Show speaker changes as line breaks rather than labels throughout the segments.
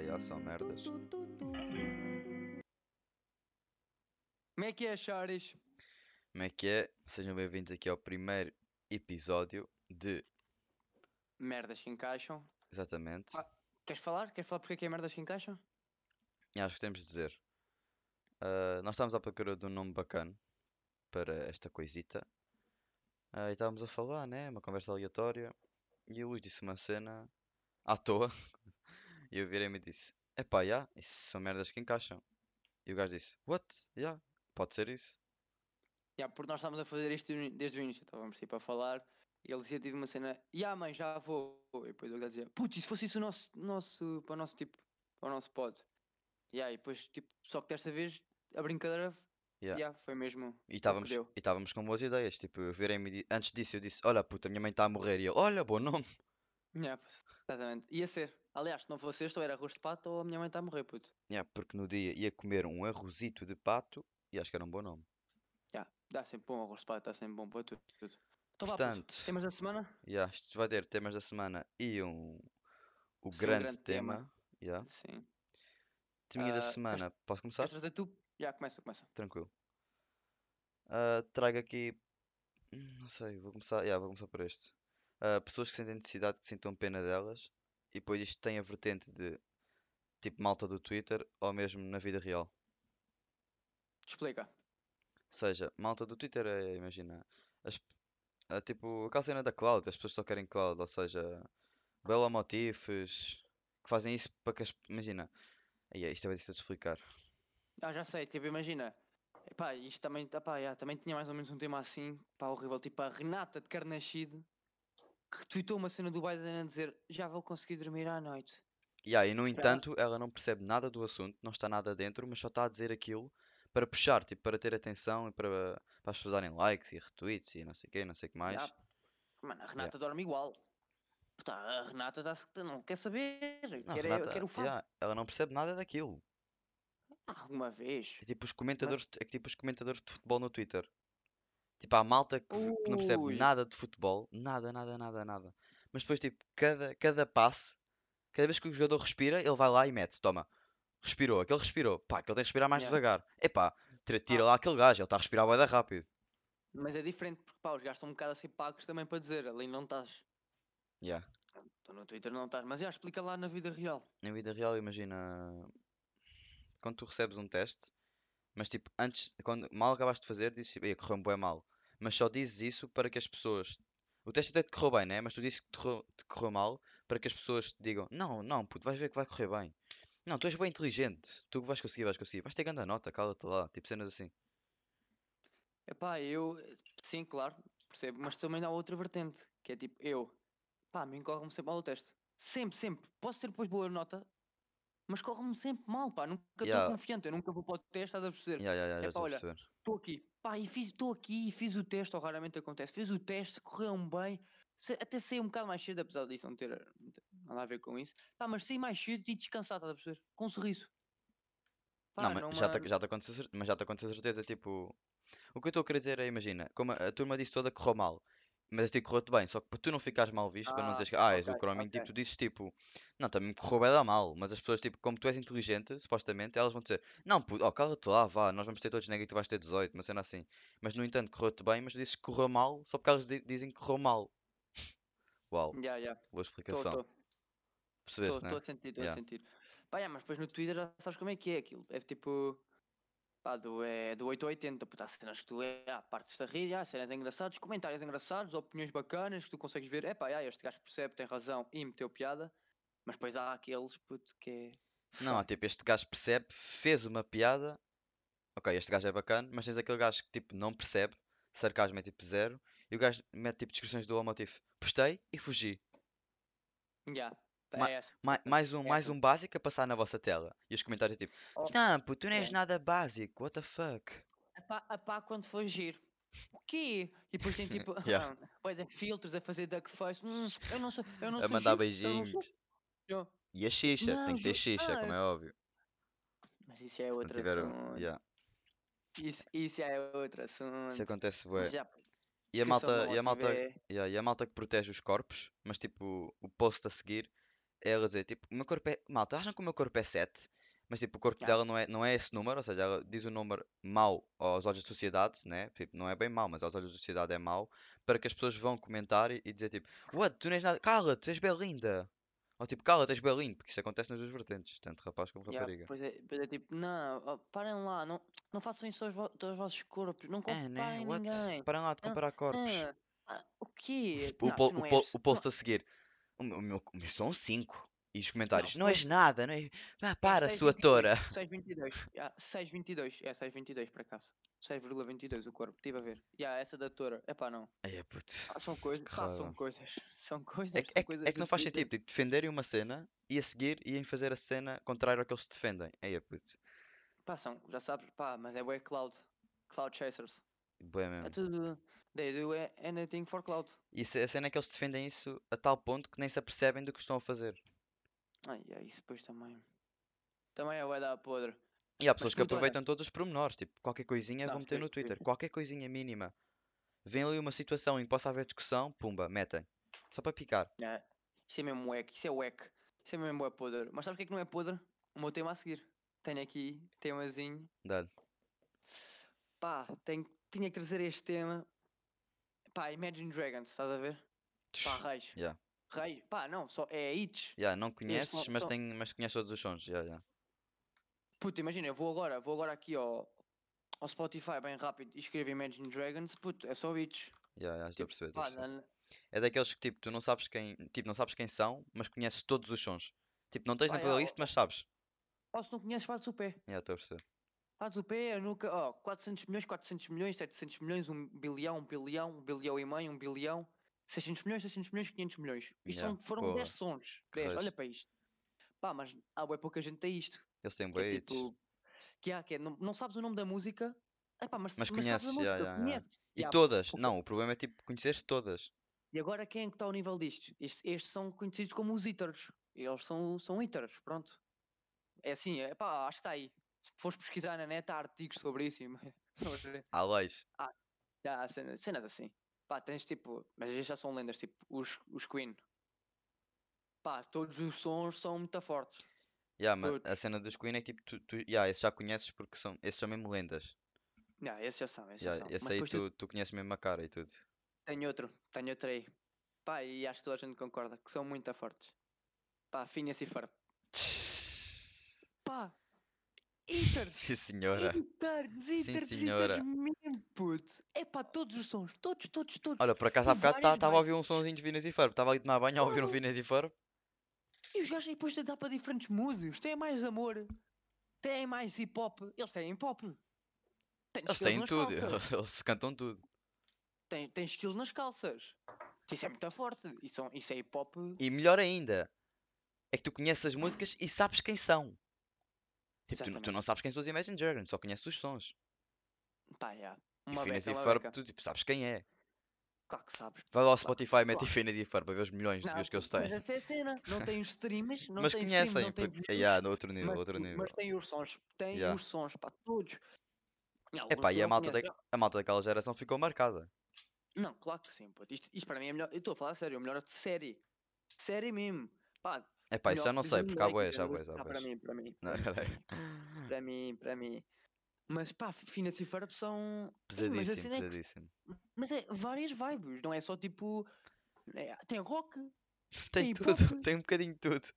yeah, são merdas.
Como é que é, Charis?
Como é que é? Sejam bem-vindos aqui ao primeiro episódio de.
Merdas que encaixam.
Exatamente.
Ah. Queres falar? Queres falar porque é que é merdas que encaixam?
Acho que temos de dizer. Ah, nós estávamos à procura de um nome bacana para esta coisita. Ah, e estávamos a falar, né? Uma conversa aleatória. E eu Luís disse uma cena à toa. E eu virei-me e disse: Epá, já, isso são merdas que encaixam. E o gajo disse: What? Já, pode ser isso.
Já, porque nós estávamos a fazer isto desde o ini- desde o início. Estávamos tipo a falar. E ele dizia tipo uma cena. Ya, mãe, já vou. E depois o gajo dizia. Putz, e se fosse isso o nosso, nosso, para o nosso tipo. Para o nosso pod. Ya, e depois tipo. Só que desta vez a brincadeira.
Ya.
ya, foi mesmo.
E estávamos,
deu.
e estávamos com boas ideias. Tipo, eu virei-me. e di- Antes disso, eu disse: Olha, puta, minha mãe está a morrer. E ele: Olha, bom nome.
Ya, pois, exatamente. Ia ser. Aliás, se não fosse este, ou era arroz de pato ou a minha mãe está a morrer, puto.
Yeah, porque no dia ia comer um arrozito de pato e acho que era um bom nome.
Ya, dá sempre bom arroz de pato, dá sempre bom para tudo. tudo. Então vá, puto,
Portanto,
Temas da semana?
yeah, isto vai ter temas da semana e um o
Sim, um
grande,
grande tema.
tema. Yeah.
Sim.
Teminha da
Ah, queres-
semana, posso começar?
Queres trazer tu? Já, começa, começa.
Tranquilo. Ah, trago aqui, hum, não sei, vou começar, yeah, vou começar por este. Ah, pessoas que sentem necessidade, que sintam pena delas e depois isto tem a vertente de tipo malta do Twitter ou mesmo na vida real.
Explica.
Ou seja, malta do Twitter é, imagina, as, p- é tipo aquela cena da cloud, as pessoas só querem cloud, ou seja, bela motifs que fazem isso para que as, imagina, aí é, isto é bem difícil de explicar.
Ah, já sei, tipo, imagina. Pá, isto também, tá, pá, já, também tinha mais ou menos um tema assim, pá, horrível. Tipo, a Renata de Carnaxide que retweetou uma cena do Biden a dizer já vou conseguir dormir à noite.
Yeah, e no
Se calhar-
entanto, ela não percebe nada do assunto, não está nada dentro, mas só está a dizer aquilo para puxar, tipo, para ter atenção e para, para as pessoas darem likes e retweets e não sei o quê, não sei o que mais.
Já, Mano, a Renata dorme igual. Puta, a Renata tá-se- não quer saber,
Não,
quer, é-
Renata,
quer o fado.
yeah, ela não percebe nada daquilo.
Alguma vez.
É tipo os comentadores, é que tipo os comentadores de futebol no Twitter. Tipo, há malta que f- que não percebe
Ui.
nada de futebol, nada, nada, nada, nada. Mas depois, tipo, cada, cada passe, cada vez que o jogador respira, ele vai lá e mete, toma, respirou, aquele respirou, pá, aquele tem que respirar mais
Yeah. Ah.
devagar. Epá, tira, tira lá aquele gajo, ele está a respirar bué da rápido.
Mas é diferente porque pá, os gajos estão um bocado a ser pagos também para dizer, ali não estás.
Yeah.
Tu no Twitter não estás, mas já explica lá na vida real.
Na vida real, imagina quando tu recebes um teste, mas tipo, antes, quando mal acabaste de fazer, dizes tipo, "Ei, correu-me bem mal. Mas só dizes isso para que as pessoas. O teste até te correu bem, né? Mas tu dizes que te correu, te correu mal para que as pessoas te digam: Não, não, puto, vais ver que vai correr bem. Não, tu és bem inteligente. Tu vais conseguir, vais conseguir. Vais ter grande nota, cala-te lá. Tipo cenas assim.
Epá, eu, eh, sim, claro, percebo, mas também há outra vertente, que é tipo, eu, pá, a mim corre-me sempre mal o teste. Sempre, sempre. Posso ter depois boa nota, mas corre-me sempre mal, pá, nunca estou
Yeah.
confiante, eu nunca vou para o teste, estás a perceber?
Ya, ya, ya, já
Epá,
estou a
olha,
perceber.
Estou aqui, pá, e fiz, estou aqui e fiz o teste, ou raramente acontece, fiz o teste, correu-me bem, sa- até saí um bocado mais cedo, apesar disso não ter, não ter nada a ver com isso, pá, mas saí mais cedo e descansado, estás a perceber? Com um sorriso.
Não,
Pá,
mas já tá, te,
numa-
já te aconteceu, cer- mas já te aconteceu certeza, tipo, o que eu estou a querer dizer é, imagina, como a, a turma disse toda que correu mal, mas a ti correu-te bem, só que para tu não ficares mal visto, para não
Ah,
dizeres que, ah, és o
ok,
crominho,
ok.
tipo, tu dizes, tipo, não, também me correu bem da mal, mas as pessoas, tipo, como tu és inteligente, supostamente, elas vão dizer, não, puto, oh, cala-te lá, vá, nós vamos ter todos nega e tu vais ter 18, uma cena assim, mas no entanto, correu-te bem, mas tu dizes que correu mal, só porque elas di- dizem que correu mal. Uau,
Já, já,
boa
estou,
explicação,
estou.
percebeste,
Estou
né?
a sentir, estou a
Yeah.
sentir. Pá, yeah, mas depois no Twitter já sabes como é que é aquilo. É tipo. Pá, do, é, do 8 a 80, puta, há cenas que tu é, há partes a rir, há cenas engraçadas, comentários engraçados, opiniões bacanas que tu consegues ver. É pá, yeah, este gajo percebe, tem razão e meteu piada, mas depois há aqueles, puto, que é.
Não, há,
fuck.
tipo, este gajo percebe, fez uma piada. Ok, este gajo é bacana, mas tens aquele gajo que tipo não percebe, sarcasmo é tipo zero, e o gajo mete tipo discussões do homotivo. Postei e fugi.
Yeah, pá,
Ma-
é essa.
Mai- mais um,
É
mais
assim.
um básico a passar na vossa tela. E os comentários tipo,
Oh,
não, pô, tu não és
é.
nada básico, what the fuck?
A pá, a pá quando for giro. O quê? E depois tem tipo.
Yeah.
bué de filtros a fazer duck face. Hum, eu não sou. Eu não
A
sou
mandar
giro, eu não sou-
beijinhos.
Yeah.
E a xixa, tem
Não,
que ter
ju-
xixa, como
ah,
é óbvio.
Mas isso já é
Se não
outro
tiver,
assunto.
yeah,
Isso, isso já é outro assunto.
Isso acontece, bué.
Mas já,
E a
discussão
malta,
do
e a malta,
motivo é-
yeah, e a malta que protege os corpos, mas tipo, o post a seguir é ela dizer, tipo, o meu corpo é. Malta, acham que o meu corpo é 7, mas tipo, o corpo
Ya.
dela não é, não é esse número, ou seja, ela diz um número mau aos olhos da sociedade, né? Tipo, não é bem mau, mas aos olhos da sociedade é mau, para que as pessoas vão comentar e, e dizer tipo, What, tu não és nada. Cala-te, tu és bem linda! Ou tipo, cala-te, és bem lindo, porque isso acontece nas duas vertentes, tanto rapaz como
Yeah,
rapariga.
pois, é, pois é tipo, não, ó, parem lá, não, não façam isso aos, vo- aos vossos corpos, não
É, né?
comparem
What?
ninguém.
Parem lá de
Ah,
comparar corpos.
Ah, ah, o quê?
O,
Não,
po-
tu
o,
não
po-
és-
o post a seguir. O meu, o meu, o meu são 5. E os comentários.
se
Não
tu
és nada, não és. Ah, para,
é seis
sua
vinte e dois.
toura.
6,22. Yeah, 6,22. É 6,22 por acaso. 6,22 o corpo. Estive a ver. Yeah, essa da toura. É pá, não.
Ai, é puto.
Ah, são coisas.
Que
pá, são
raiva.
coisas. São coisas.
É, que-
são
é que-
coisas
é que não
do
faz
Twitter.
sentido. Tipo, defenderem uma cena e a seguir irem fazer a cena contrária ao que eles defendem. Ai, é puto.
Pá, são. Já sabes. Pá, mas é bué cloud. Cloud chasers.
Bué
É
mesmo.
tudo. They do a- anything for cloud.
E se- a cena é que eles defendem isso a tal ponto que nem se apercebem do que estão a fazer.
Ai, é isso depois também. Também é bué da podre.
E há pessoas que
puto, olha.
aproveitam todos os pormenores. Tipo, qualquer coisinha
Não,
vão meter
sim,
no Twitter.
sim.
Qualquer coisinha mínima. Vem ali uma situação em que possa haver discussão. Pumba, metem. Só para picar.
Yeah. Isso é mesmo wack. Isso é wack. Isso é mesmo é podre. Mas sabes o que é que não é podre? O meu tema a seguir. Tenho aqui temazinho.
Dá-lhe.
Pá, tenho, tinha que trazer este tema. Pá, Imagine Dragons, estás a ver? Pá, Reis.
Yeah.
Reis, pá, não, só é hits.
Ya, não
Eles são-
conheces, mas,
são-
tem, mas conheces todos os sons. ya, ya.
Puta, imagina, eu vou agora, vou agora aqui ao, ao Spotify bem rápido e escrevo Imagine Dragons, puto, é só hits.
Ya, ya, estou a
Tipo,
perceber, estou a
Pá,
perceber.
na-
É daqueles que tipo, tu não sabes quem, tipo, não sabes quem são, mas conheces todos os sons. Tipo, não tens na
Pá, ya,
playlist,
ó-
mas sabes.
ó, se não conheces, fazes o pé.
Ya, estou a perceber.
Fazes o pé, eu nunca. Ó, 400 milhões, 400 milhões, 700 milhões, 1 bilhão, 1 bilhão, 1 bilhão e meio, 1 bilhão, 600 milhões, 600 milhões, 500 milhões. Isto
Ya,
são, foram
porra,
10 sons. 10,
reis.
olha para isto. Pá, mas há bué pouca gente a isto.
Eles têm
que é
bué hits.
tipo, que há, que é, não, não sabes o nome da música, epá, mas,
Mas
mas sabes a
conheces, já,
música,
já, já.
conheces.
E
Ya,
todas.
o co-
Não, o problema é tipo, conheceres todas.
E agora quem é que está ao nível disto? Estes, estes são conhecidos como os hitters, e eles são, são hitters, pronto. É assim, epá, acho que está aí. Se fores pesquisar na net, há artigos sobre isso, e sobre,
Há leis.
já, há cenas, cenas assim. Pá, tens tipo, mas estes já são lendas, tipo, os, os Queen. Pá, todos os sons são muito fortes.
Ya, mas a
Todos.
cena dos Queen é que, tipo, tu, tu, ya, esses já conheces porque são, esses são mesmo lendas.
Não, esses já são, esses
Ya,
já são.
esse
Mas
aí
depois tu-
tu, tu conheces mesmo a cara e tudo.
Tenho outro, tenho outro aí. Pá, e acho que toda a gente concorda que são muito fortes. Pá, finha e farp. Pá! Hitters!
Sim, senhora.
Hitters, hitters,
senhora.
hitters mesmo, puto! É pá, todos os sons, todos, todos, todos!
Olha, por acaso
Tu
há bocado
vais,
estava a
vai.
ouvir um sonzinho de Vinas e Ferb. Estava ali a tomar banho a ouvir um
Claro.
Vinas e Ferb.
E os gajos aí depois dá para diferentes moods. Têm mais amor, têm mais hip hop, eles têm hip hop. Têm
Eles
skills
têm
nas
tudo,
calças.
eles, eles cantam tudo.
Têm, têm skills nas calças. Isso é muito forte. Isso, é- isso é hip hop.
E melhor ainda, é que tu conheces as músicas e sabes quem são. Tipo, tu, não- tu
Exatamente.
não sabes quem são os Imagine Dragons, só conheces os sons.
Pá, já.
E
Uma
Phineas
beca,
e
uma
Ferb,
beca.
tu tipo, sabes quem é.
Claro que sabes.
Vai lá ao
Claro,
Spotify, mete
claro.
Phineas e Ferb, para ver os milhões de
Não,
views que eles
Mas
têm.
essa é a cena. Não tem os streams, não
Mas
tem
conhecem,
stream, não tem
puto.
views,
Ya, no outro nível,
mas,
outro nível.
mas tem os sons. Tem
Ya.
os sons para todos. Não,
Epá,
alguns tu
e a
não
malta
conheces,
A malta daquela geração ficou marcada.
não- Não, claro que sim, puto. Isto, isto para mim é melhor. Eu estou a falar sério, é melhor de série. Série mesmo. Pá,
Epá, isso já
melhor
não sei, porque há
genérico,
boés, já
digamos
boés,
assim.
há
Ah, Para
boés.
mim, para mim.
Não, é?
para mim,
peraí.
Para mim, para mim. Mas pá, Finas e Ferb são. Ei, mas a
Pesadíssimo,
cena é que-
pesadíssimo.
Mas é várias vibes, não é só tipo. é, tem rock,
Tem
hip
tudo,
hop.
tem um bocadinho de tudo.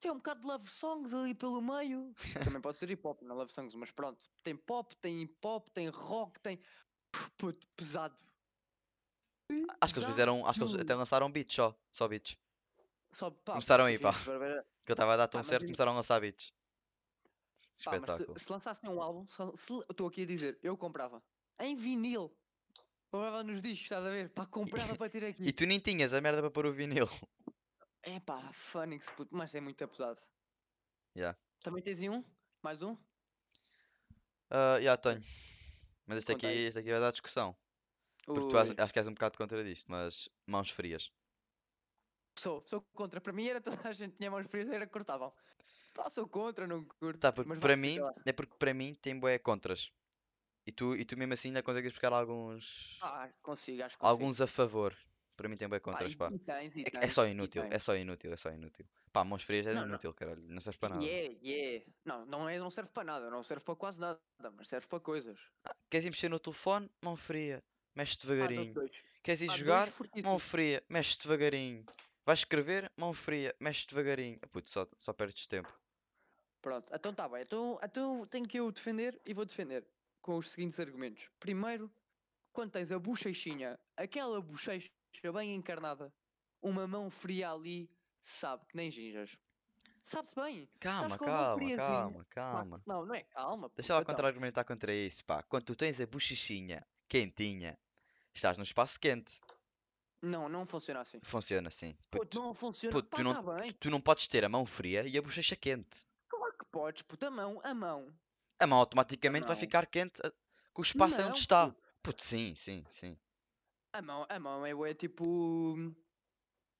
Tem um bocado de love songs ali pelo meio. Também pode ser hip hop, não é love songs, mas pronto. Tem pop, tem hip hop, tem rock, tem. Puf, Puto, pesado.
Acho que eles fizeram, acho que eles até
Pesado.
lançaram beats só, só beats.
Só, pá,
começaram
mas
aí,
se
pá.
fiz barbeira-
Que ele estava a dar tão
mas
certo,
im-
começaram a lançar beats.
pá, mas
Espetáculo.
se, se lançassem um álbum, só- se- eu estou aqui a dizer, eu comprava. Em vinil. Comprava nos discos, estás a ver? Pá, comprava para ter
E
aqui.
tu nem tinhas a merda para pôr o vinil.
É pá, Phoenix, puto, mas é muito pesado.
Ya.
Também tens aí um? Mais um?
Ah, já tenho. Mas este aqui,
Conta aí.
este aqui vai dar discussão. Porque tu acho,
Ui,
acho que és um bocado contra disto, mas mãos frias.
Sou, sou contra. Para mim era toda a gente tinha mãos frias, era que cortavam. Pá, sou contra, não curto.
Tá, porque
mas
para
vai,
mim,
fica lá.
é porque para mim tem bué contras. E tu, e tu mesmo assim ainda consegues buscar alguns,
Ah, consigo, acho que consigo.
alguns a favor. Para mim tem bem
Pá,
contras,
e-
pá.
e tens, e
É, que- é
tens,
só
e
inútil,
tens.
é só inútil, é só inútil. Pá, mãos frias é
Não, não.
inútil, caralho. Não serves para nada.
E é, e é. Não, não, é, não serve para nada, não serve para quase nada, mas serve para coisas.
Queres ir mexer no telefone? Mão fria. Mexe
Pá,
devagarinho.
dou-te dois.
Queres ir
Pá, dois
jogar? Mão
fortíssimos.
fria. Mexe devagarinho. Vais escrever? Mão fria. Mexe devagarinho. Ah, Puto, só, só perdes tempo.
Pronto, então tá bem. Então, então tenho que eu defender e vou defender com os seguintes argumentos. Primeiro, quando tens a bochechinha, aquela bochecha bem encarnada, uma mão fria ali, sabe que nem ginjas. Sabe-te bem.
Calma,
com é a mão
calma,
friazinha.
calma,
Claro
calma.
que Não, não é calma. puto,
Deixa lá
então.
contra-argumentar contra isso, pá. Quando tu tens a bochechinha quentinha, estás num espaço quente.
Não, não funciona assim.
Funciona assim.
Puto,
Puto,
não funciona.
puto,
Pá,
tu não-
tá bem.
tu não podes ter a mão fria e a bochecha quente.
Claro que podes, puto, a mão, a mão.
A mão automaticamente vai
Não.
ficar quente ah, com o espaço em
Não,
onde está.
puto.
Puto, sim, sim, sim.
A mão, a mão é bué, tipo...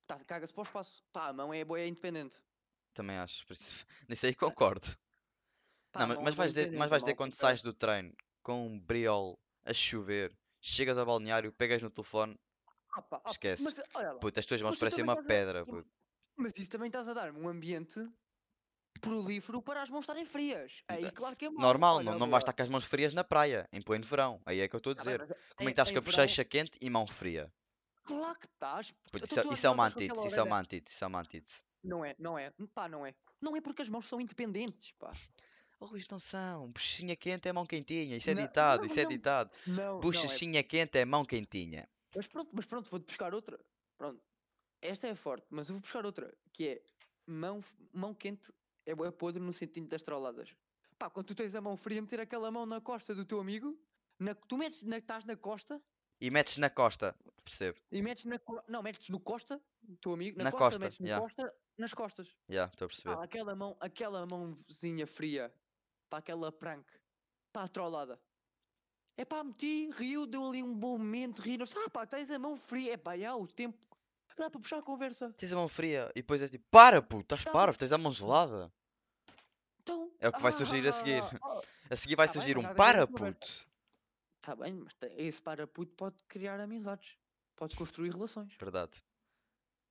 Tá, caga-se para o espaço. Pá, a mão é boa independente.
Também acho. por isso- Nisso aí concordo.
Pá,
Não,
a
mas,
mão
mas
é bué
vais dizer,
independente,
mas
a
vais dizer
mão
quando
fica-
sais do treino com um briol a chover, chegas ao balneário, pegas no telefone,
Ah, pá, ah, pá,
Esquece.
Mas, olha lá,
puto, as tuas mãos
Mas tu
parecem
também
uma
estás a-
pedra,
e-
puto.
mas isso também estás a dar um ambiente prolífero para as mãos estarem frias.
N-
Aí claro que é mau.
Normal,
Olha,
não, não
boa.
vais estar com as mãos frias na praia, em pleno verão. Aí é que eu estou a
Tá bem,
dizer.
mas
Como é
em-
que estás
em
com a
verão,
bochecha quente e mão fria?
Claro que estás. puto.
Puto,
Então
isso, é-
tu
isso é uma
andavas com aquela
antítese, isso é uma
orelha-
antítese, isso é uma antítese.
Não é, não é. Pá, não é. Não é porque as mãos são independentes, pá.
Oh, Luís, não são. Bochechinha quente é mão quentinha. Isso é
Não-
ditado,
não,
isso é
não.
ditado.
Não, não é.
Bochechinha quente é mão quentinha.
Mas pronto, mas pronto, vou-te buscar outra. Pronto. Esta é forte, mas eu vou buscar outra, que é mão, f- mão quente é bué podre no sentido das trolladas. Pá, quando tu tens a mão fria, meter aquela mão na costa do teu amigo, na, tu metes, na, estás na costa
E metes na costa, percebo.
e metes na co- não, metes no costa, teu amigo, na,
Na
costa,
costa,
metes no
yeah.
costa, nas costas.
Já, estou a perceber.
Pá, aquela mão, aquela mãozinha fria, pá, aquela prank, pá, trollada. É pá, meti, riu, deu ali um bom momento, riu, ah pá, tens a mão fria, é pá, já, o tempo, dá para puxar a conversa.
Tens a mão fria e depois é tipo, para, puto, estás
Tá,
parvo, tens a mão gelada.
Então,
É o que vai surgir a seguir. A seguir vai
Tá bem,
surgir
mas
um
já tivemos
para,
uma conversa.
puto.
Está tá bem, mas te- esse paraputo pode criar amizades, pode construir relações.
Verdade.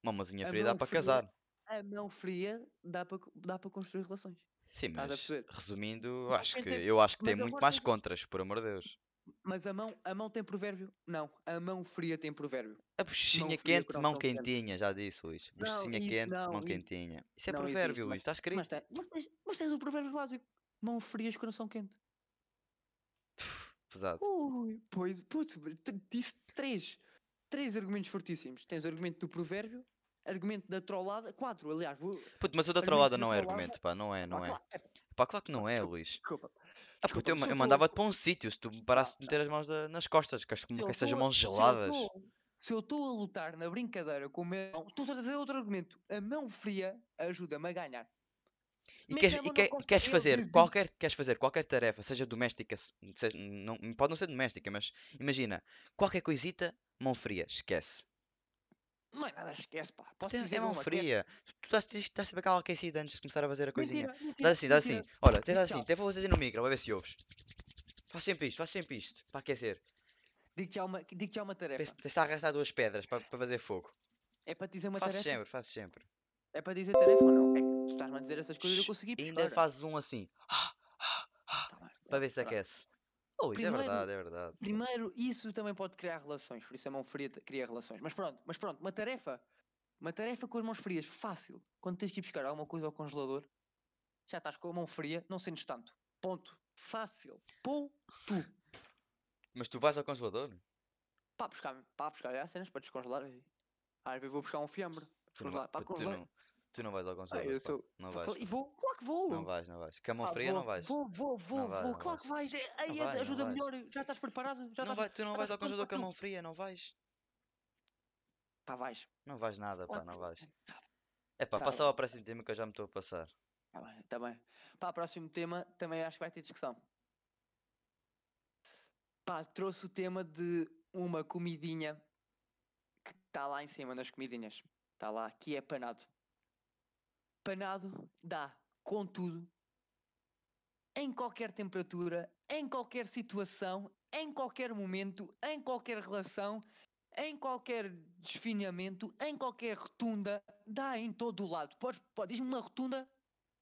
Uma mãozinha
A
fria dá
mão
para
fria-
casar.
A mão fria dá para dá para construir relações.
Sim,
estás a
mas
perceber?
resumindo,
Mas
acho
quem
que
tem-
eu acho que
mas
tem
eu
muito
gosto
mais
dessa-
contras, por amor de Deus.
Mas a mão, a mão tem provérbio? Não, a mão fria tem provérbio.
A bochechinha
fria,
quente,
coração
mão
quente.
quentinha, já disse, Luís.
Não,
Bochechinha
isso
quente,
não,
mão
isso-
quentinha. Isso é
não existe,
provérbio,
mas- é
Luís, está
Mas,
escrito.
tem- mas, tens, mas tens o provérbio básico. Mão fria, coração quente.
Pesado.
Ui, pois, puto, t- disse três. Três argumentos fortíssimos. Tens o argumento do provérbio, argumento da trollada. Quatro, aliás. Vou...
Puto, mas o da
argumento
trollada
da
não é
trollada-
argumento, pá, não é,
Pá,
não é.
claro, é,
Pá, claro que não é,
desculpa,
Luís.
desculpa.
Ah,
Desculpa,
puto, eu,
se eu
eu
tô-
mandava-te para um sítio se tu me parasses de
tá.
meter as mãos da- nas costas, que acho que
Se eu
é que estas
tô a-
mãos
se eu
geladas.
tô- Se eu estou a lutar na brincadeira com o meu irmão, estou a trazer outro argumento. A mão fria ajuda-me a ganhar.
E
Mete
queres,
a
e
mão na
que- e
costa
queres
dele,
fazer
diz-lhe.
qualquer, queres fazer qualquer tarefa, seja doméstica, se- seja- não, pode não ser doméstica, mas imagina, qualquer coisita, mão fria, esquece.
Não é nada, esquece, pá. Posso
Tens-
dizer
é mão
uma, queres?
fria. Tu estás, tens- estás sempre aquela aquecida antes de começar a fazer a coisinha.
Mentira, mentira,
Dás assim, dás assim.
mentira.
Olha, tens
Digo-te
assim,
já.
até vou fazer no micro, vai ver se ouves. Faz sempre isto, faz sempre isto, para aquecer.
Digo-te já uma, digo já uma tarefa.
Parece que Estás a arrastar duas pedras para, para fazer fogo.
É para te dizer uma
Fazes
tarefa.
sempre, fazes sempre.
É para dizer tarefa ou não? É que tu estás-me a dizer essas coisas e eu
Shhh,
consegui
e
puxar.
ainda fazes um assim, ah,
Tá bem,
para ver se
pronto.
aquece. Oh, isso é
Primeiro-
verdade, é verdade.
Primeiro, isso também pode criar relações, por isso a mão fria te- cria relações. Mas pronto, mas pronto, uma tarefa. Uma tarefa com as mãos frias, fácil. Quando tens que ir buscar alguma coisa ao congelador, já estás com a mão fria, não sentes tanto. Ponto. Fácil. Ponto.
Mas tu vais ao congelador?
Pá, buscar, pá, buscar já cenas para descongelar. e- Às vezes vou buscar um fiambre.
Tu não, vai-
Descongelar, para
puto, tu
congelar.
não- tu não vais ao
Ah,
congelador,
eu
pá.
sou.
Não
vou-
vais,
E
pá.
vou, claro que vou.
Não vais, não vais. Com a mão
Pá,
fria
vou,
não vais.
Vou, vou, vou,
vais,
vou,
não
claro que vais. eh, Aí
vais, não
ajuda
vais.
melhor. Já estás preparado? Já
Não
estás.
vai, tu não
já tá
vais
estás
ao
pronto
congelador com
para
a
tudo.
mão fria, não vais.
Pá, vais.
Não vais nada, pá, não vais. É pá,
Tá
passa
bem.
ao próximo tema que eu já me estou a passar.
Tá bem, tá bem. Pá, próximo tema, também acho que vai ter discussão. Pá, trouxe o tema de uma comidinha que está lá em cima nas comidinhas. Está lá, que é panado. Panado dá, contudo, em qualquer temperatura, em qualquer situação, em qualquer momento, em qualquer relação, em qualquer desfinhamento, em qualquer rotunda, dá em todo o lado. Podes, pode, diz-me uma rotunda,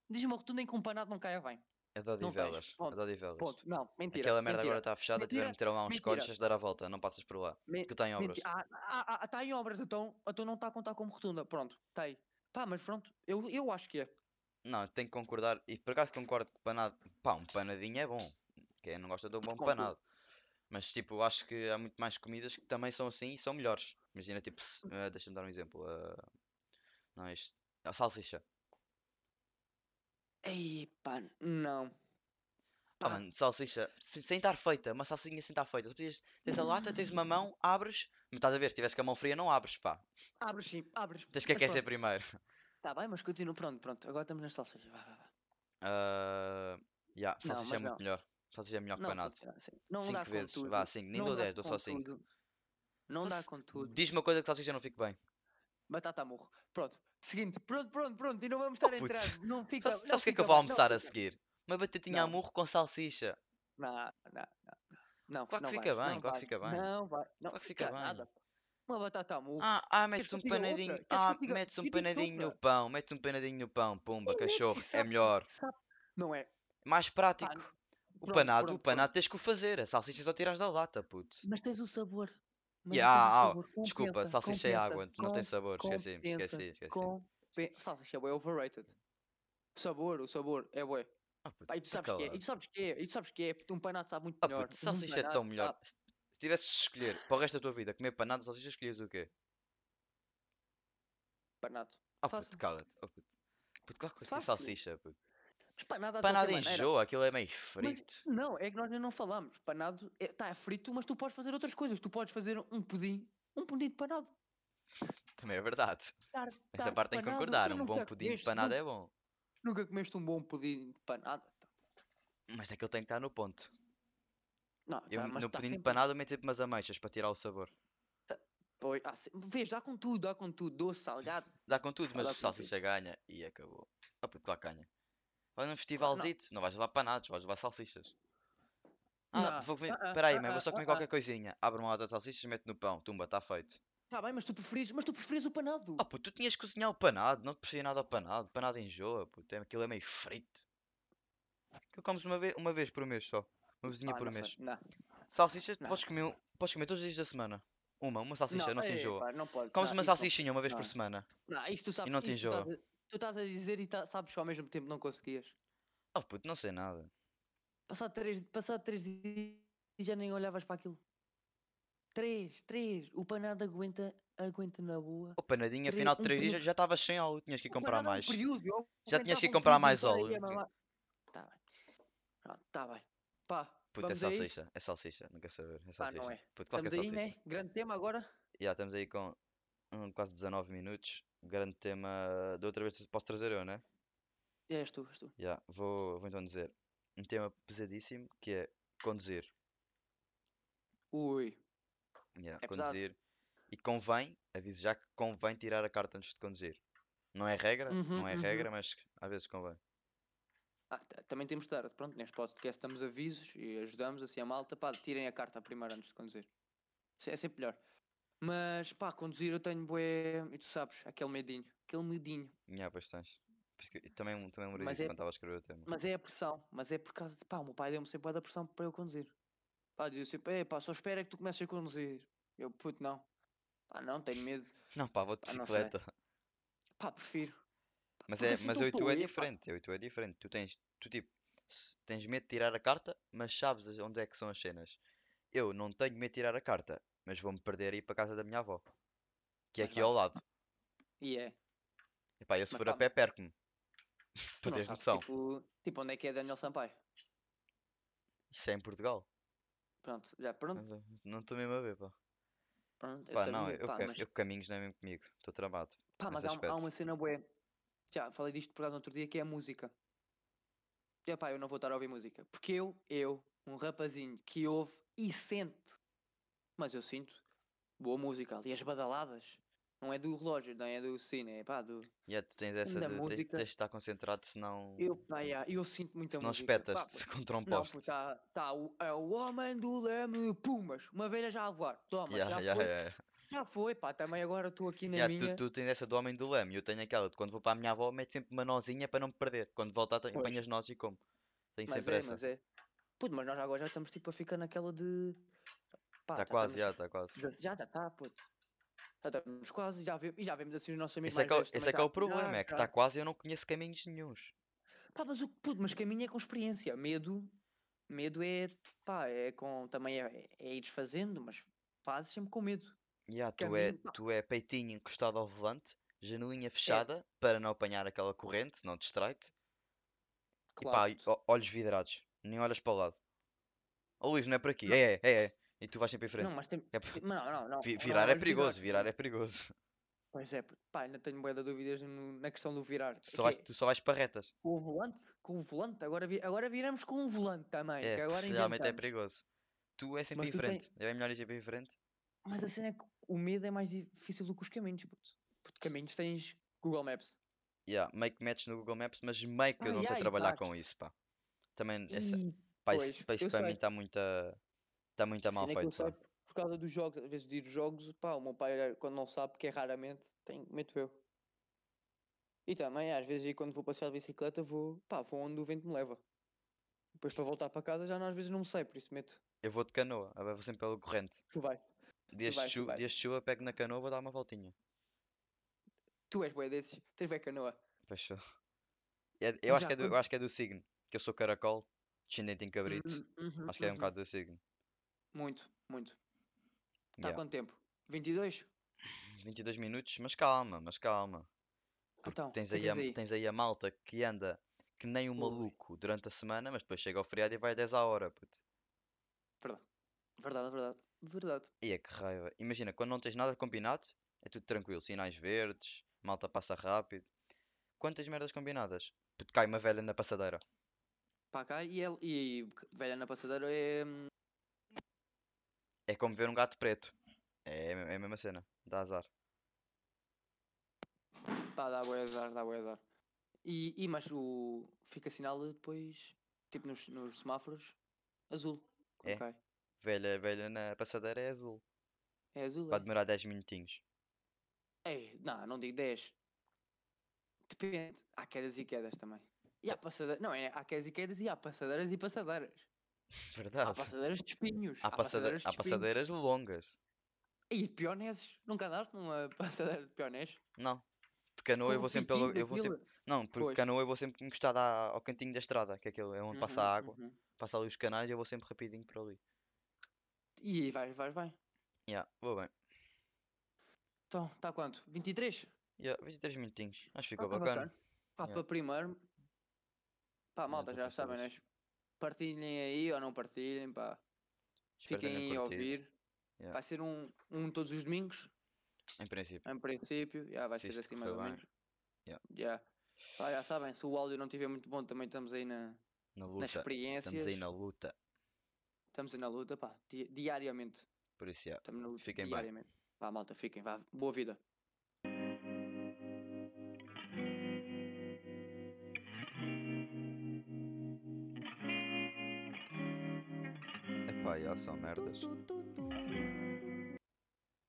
diz-me uma rotunda em que um panado não caia bem.
É de
tens,
Odivelas. É
ponto,
de Odivelas.
Ponto, não, mentira.
Aquela merda
mentira.
agora tá está fechada, tiveram
Mentira,
meteram lá uns
mentira.
conchas, dar a volta, não passas por lá.
Me-
Que está em obras.
Menti- Ah, ah, ah, tá em obras, então, então não está a contar como rotunda. Pronto, está aí. Pá, mas pronto, eu, eu acho que é.
Não, eu tenho que concordar, e por acaso concordo que panado, pá, um panadinho é bom. Quem não gosta de um bom
Concordo.
panado. Mas tipo, eu acho que há muito mais comidas que também são assim e são melhores. Imagina, tipo, se- eh, deixa-me dar um exemplo. eh, não é isto. A salsicha.
Ei, pá, não.
Pá,
Pá.
mano, salsicha, se- sem estar feita, uma salsinha sem estar feita. Só precisas, tens a lata, tens uma mão, abres, mas estás a ver, se tivesse com a mão fria, não abres, pá.
Abres sim, abres.
Tens que
Mas
aquecer
pronto,
primeiro.
Tá bem, mas continua. Pronto, pronto, agora estamos nas salsichas. Vá, vá, vá.
Ah, yeah,
Não,
salsicha é
mas
muito
não.
melhor. Salsicha é melhor que
Não,
panado.
funciona assim. não dá
5
com
vezes,
tudo.
vá, 5, nem
Não
dou
dá
10, dou
com
só 5.
tudo. Não dá
Mas
com tudo.
Tipo, Diz-me uma coisa que salsicha não fico bem.
Batata morro. Pronto. Seguinte, pronto, pronto, pronto. E não vamos estar a
Oh, puto.
entrar. Não fica.
Sabe
não
sabe o que é que
fica
eu vou
bem, não
almoçar a
fica.
seguir? Uma batatinha a
Não.
murro com salsicha.
Não, não, não. Não,
Claro que
não
fica
vais,
bem, claro
não
que
vais,
fica bem.
Não vai. Não
Claro que fica
fica
bem.
nada. Uma batata à murro.
Ah, ah,
Queres
metes
que eu
um
te diga
panadinho.
outra? Queres que eu
Ah,
te diga-
metes um
eu digo-te
panadinho no
outra.
pão, metes um panadinho no pão, pumba,
Não metes e
cachorro, é
sabe-
melhor,
sabe- Não é.
mais
Pá,
prático. O
pronto,
panado, o
pronto,
panado tens que o fazer, a salsicha só tiras da lata, puto.
Mas tens o sabor. Mas
E-
não tens o
ah, ah,
sabor.
Desculpa,
Compensa,
salsicha é
compensa,
água, não tem
compensa.
sabor, esqueci,
compensa,
esqueci, esqueci.
Compen... Salsicha é bué overrated. O sabor, o sabor é bué.
Ah, puto,
Pá, e tu
tá
sabes que é, e
calado.
tu sabes que é, e tu sabes que é, porque um panado sabe muito
Ah,
melhor.
puto,
um
salsicha é tão
panado
melhor.
sabe-
Se se tivesses de escolher para o resto da tua vida comer panado ou salsicha, escolhias o quê?
Panado.
Ah, puto,
Fácil.
cala-te. Oh, puto. Puto, claro que eu escolhi
Fácil.
salsicha, puto.
Mas panado há de
Panado
qualquer maneira.
enjoa, aquilo é meio frito.
Mas, não, é que nós ainda não falamos. Panado está é, tá, é frito, mas tu podes fazer outras coisas. Tu podes fazer um pudim, um pudim de panado.
Também é verdade.
Tar,
Essa
tarte
parte tem que
panado.
concordar.
Eu
Um
nunca
bom pudim de
comeste,
panado
nunca-
é bom.
Nunca comeste um bom pudim de panado. Então,
Mas é que ele tem que estar no ponto.
Não,
Eu,
tá, mas
no
tá
pudim de
sempre...
panado eu meto sempre umas ameixas para tirar o sabor.
Pois, há se- Vês, dá com tudo, dá com tudo. Doce, salgado.
Dá com tudo,
Ah,
mas
dá
o
com tudo.
salsicha ganha e acabou. Ah, puto, lá ganha. Vai num festivalzito, não vais levar panados, vais levar salsichas. Ah,
Não,
vou comer.
ah, ah,
Peraí,
ah,
mãe, vou
ah,
só
ah,
comer
ah.
qualquer coisinha. Abre uma lata de salsichas, mete no pão, tumba, está feito.
Tá bem, mas tu preferes, mas tu preferes o panado.
Ah, puto, tu tinhas que cozinhar o panado, não te parecia nada ao panado. Panado enjoa, puto, é- aquilo é meio frito. Que eu comes uma vez, uma vez por mês só. Uma vizinha
Pá,
por
Ah, não
mês.
sei, Não,
Salsicha, tu
Não.
podes comer, um- podes comer todos os dias da semana. Uma, uma salsicha, não, te
ei,
enjoa.
pá, não pode.
Comes
não,
uma
isso não
salsichinha uma vez por
não.
semana.
Não, isso tu sabes.
não te
isso tu estás
enjoa.
a- Tu estás a dizer e tá- sabes que ao mesmo tempo não conseguias.
Oh puto, não sei nada.
Passado três, passado três dias já nem olhavas para aquilo. Três, três. O panado aguenta, aguenta na boa.
O panadinho,
Tre-
afinal de
um
3 dias já-
período-
já estavas sem óleo, tinhas que ir
O
comprar
panado é um
mais.
período, eu
Já tinhas que ir
aguentava um
comprar
período
mais
inteiro
óleo,
e ia
ok.
mamar. Tá bem. Pronto, tá bem. Pá,
Puto, é
vamos aí?
salsicha, é salsicha, não quer saber, é
Pá, não
salsicha.
é.
Puto, claro que é
Estamos aí,
salsicha.
né? Grande tema agora.
Já estamos aí com hum, quase 19 minutos. Grande tema da outra vez posso trazer eu, né?
É, és tu, és tu.
Já, vou, vou então dizer. Um tema pesadíssimo que é conduzir.
Ui.
Yeah,
É pesado.
conduzir. E convém, aviso já que convém tirar a carta antes de conduzir. Não é regra,
Uhum,
não é
uhum.
regra, mas às vezes convém.
Ah, t- também temos de dar, pronto, neste podcast damos avisos e ajudamos assim a malta, pá, tirem a carta primeiro antes de conduzir. Se- É sempre melhor. Mas, pá, conduzir eu tenho bué, e tu sabes, aquele medinho, aquele medinho.
Yeah, pois tens. Por isso que eu também, me- também me lembrei
Mas
disso
é-
quando estava a escrever o tema.
Mas é a pressão, mas é por causa de, pá, o meu pai deu-me sempre bué da pressão para eu conduzir. Pá, dizia sempre, "Ei, pá, só espera que tu comeces a conduzir. Eu, puto, não. Pá, não, tenho medo.
Não, pá, vou de
Ah, não sei.
bicicleta.
Pá, prefiro. Pá,
Mas,
porque
é,
assim
mas
estou
eu e tu é
tolo, pá.
diferente, eu e tu é diferente. Tu tens, tu tipo, se- tens medo de tirar a carta, mas sabes as- onde é que são as cenas. Eu não tenho medo de tirar a carta, mas vou-me perder e ir para casa da minha avó, que é
Mas
aqui
vá.
ao lado.
E é.
Epá, eu se
Mas
for a
pá,
pé, perco-me. Tu
Tu não
tens
sabes,
noção.
tipo, tipo, onde é que é Daniel Sampaio?
Isso é em Portugal.
Pronto, já, pronto,
Não- Não estou mesmo a ver, pá.
pronto. Eu
Hum. Pá, não,
sabia,
eu,
pá,
ca-
mas-
eu caminhos não é mesmo comigo, estou tramado.
Pá,
nesse
mas há, um- há
aspecto.
uma cena bué. Já falei disto por acaso no outro dia que é a música. É pá, eu não vou estar a ouvir música. Porque eu, eu, um rapazinho que ouve e sente. Mas eu sinto boa música ali, as badaladas. Não é do relógio, não é do cine, é pá, do.
Yeah, tu tens essa
Anda,
de tens,
música.
tens de estar concentrado, senão,
Eu, pá, já, eu sinto muita
senão
música. Pá,
espetas-te
puto,
contra um
não,
poste.
pô, tá, tá o, é o homem do leme, pumas. Uma velha já a voar. Toma,
Yeah,
já
yeah,
foi.
yeah, yeah.
Já foi, pá, também agora estou aqui na
Ya,
minha.
é. tu, tu tens essa do homem do leme, eu tenho aquela de quando vou para a minha avó, meto sempre uma nozinha para não me perder. Quando voltar, tenho,
Pois.
apanhas nozes e como. Tenho
mas
sempre
é,
essa.
mas é. Puto, mas nós agora já estamos tipo a ficar naquela de. Pá, tá,
Está Tá
já
quase, já,
estamos-
está quase.
já. Já, já está, puto. Já estamos quase, já vemos, e já vemos assim os nossos amigos
Esse é
mais
que é, o-
velhos
esse
também
é que
tá.
é
já
o problema,
apanhar,
é que
já-
está quase e eu não conheço caminhos nenhuns.
Pá, mas o que puto, mas caminho é com experiência. Medo, medo é, pá, é com, também é, é ir desfazendo, mas fazes sempre com medo.
Ya, tu é,
Caminho, pá.
tu é peitinho encostado ao volante,
É.
janelinha fechada para não apanhar aquela corrente, não distrai-te. E pá,
Claro.
e o- olhos vidrados, nem olhas para o lado. Ó Luís, não é por aqui, é, é, é, é. E tu vais sempre em frente.
não, mas tem,
É por-
mas não, não, não.
vi-
não,
virar é
olhos
perigoso, virar
não.
é perigoso.
Pois é, puto, pá, ainda tenho bué de dúvidas no- na questão do virar.
Tu só vais,
Que é
tu só vais para retas.
com o volante, com o volante, agora, vi- agora viramos com o volante também,
É,
que agora
realmente é
inventamos.
perigoso. Tu é sempre
Mas
em
tu tens-
frente, é melhor ir sempre em frente.
Mas a cena é que o medo é mais difícil do que os caminhos, puto. Porque caminhos tens Google Maps.
Ya, meio que metes no Google Maps, mas meio que eu
Ai,
não sei
ai,
trabalhar
pá.
com isso, pá. Também, essa-
E
pá, isso,
pois,
pá, isso
eu
para mim
sei.
está muito, está muito
a
mal
cena é que eu
feito, pá.
sei por causa dos jogos, às vezes de ir aos jogos, pá, o meu pai quando não sabe, que é raramente, tem, meto eu. E também, às vezes, aí quando vou passear de bicicleta, vou, pá, vou onde o vento me leva. Depois para voltar para casa já não- às vezes não sei, por isso meto.
Eu vou de canoa, agora vou sempre pela corrente.
Tu vai.
Dias de
vais, tu
chu-
vais.
dias de chuva, pego na canoa, vou dar uma voltinha.
Tu és boé desses, tens bem canoa.
Fechou. É- eu, acho
já
que é do,
quando-
eu acho que é do signo, que eu sou caracol, descendente em cabrito.
Uhum, uhum,
Acho que é um
uhum.
bocado do signo.
Muito, muito. Está
Ya.
quanto tempo? 22?
22 minutos, mas calma, mas calma. Porque
Então,
tens,
o que
aí a, tens aí a malta que anda que nem um
Ui.
maluco durante a semana, mas depois chega ao feriado e vai a 10 à hora, puto.
Verdade, verdade, verdade.
E é que raiva. Imagina, quando não tens nada combinado, é tudo tranquilo. Sinais verdes, malta passa rápido. Quantas merdas combinadas? Puto, cai uma velha na passadeira.
Para cá e, ele, e velha na passadeira é. hum,
É como ver um gato preto. É, a me- é a mesma cena. Dá azar.
Pá, tá, dá boa azar, dá boa azar. E, e mas o. Fica sinal depois, tipo nos, nos semáforos, azul. Quando
É?
cai.
Velha, velha na passadeira é azul.
É azul?
Vai demorar 10 minutinhos.
É? Ei, não, não digo 10. Depende. Há quedas e quedas também. E há passadeiras. Não, é, há quedas e quedas e há passadeiras e passadeiras. Há
Verdade.
passadeiras de espinhos.
Ah, Há, passade-
passadeiras de
há
espinhos.
passadeiras longas.
E de pioneses. Nunca andaste numa passadeira de pioneses?
Não. De canoa eu vou sempre pelo. Eu vou sempre... Não, porque
Pois. Uhum,
canoa eu vou sempre encostado à- ao cantinho da estrada, que é aquele é onde passa a água, passa ali os canais, eu vou sempre rapidinho para ali.
E aí vais, vais, vai.
Yeah, vou bem.
Então, está quanto? 23?
Yeah, 23 minutinhos. Acho que
Ah,
ficou
tá
bacana.
Pá,
Yeah.
para primeiro. Pá,
Não,
malta,
tá
já
tudo
sabem, né?
fixe.
Partilhem aí ou não partilhem, pá.
Espero tenham
Fiquem aí a
curtido,
ouvir.
Yeah.
Vai ser um, um todos os domingos,
Em princípio.
em princípio. Já vai
Se isto
ser assim mais ou
correr bem.
menos.
Yeah.
Yeah. Pá, já sabem, se o áudio não estiver muito bom, também estamos aí na,
Na
na
luta.
experiência.
Estamos aí na luta.
Estamos aí na luta, pá, di- diariamente.
Por isso, yeah.
Estamos na luta
Fiquem bem.
diariamente. Vá, malta, fiquem, vá. Boa vida.
Epá, yeah, são merdas.
merdas.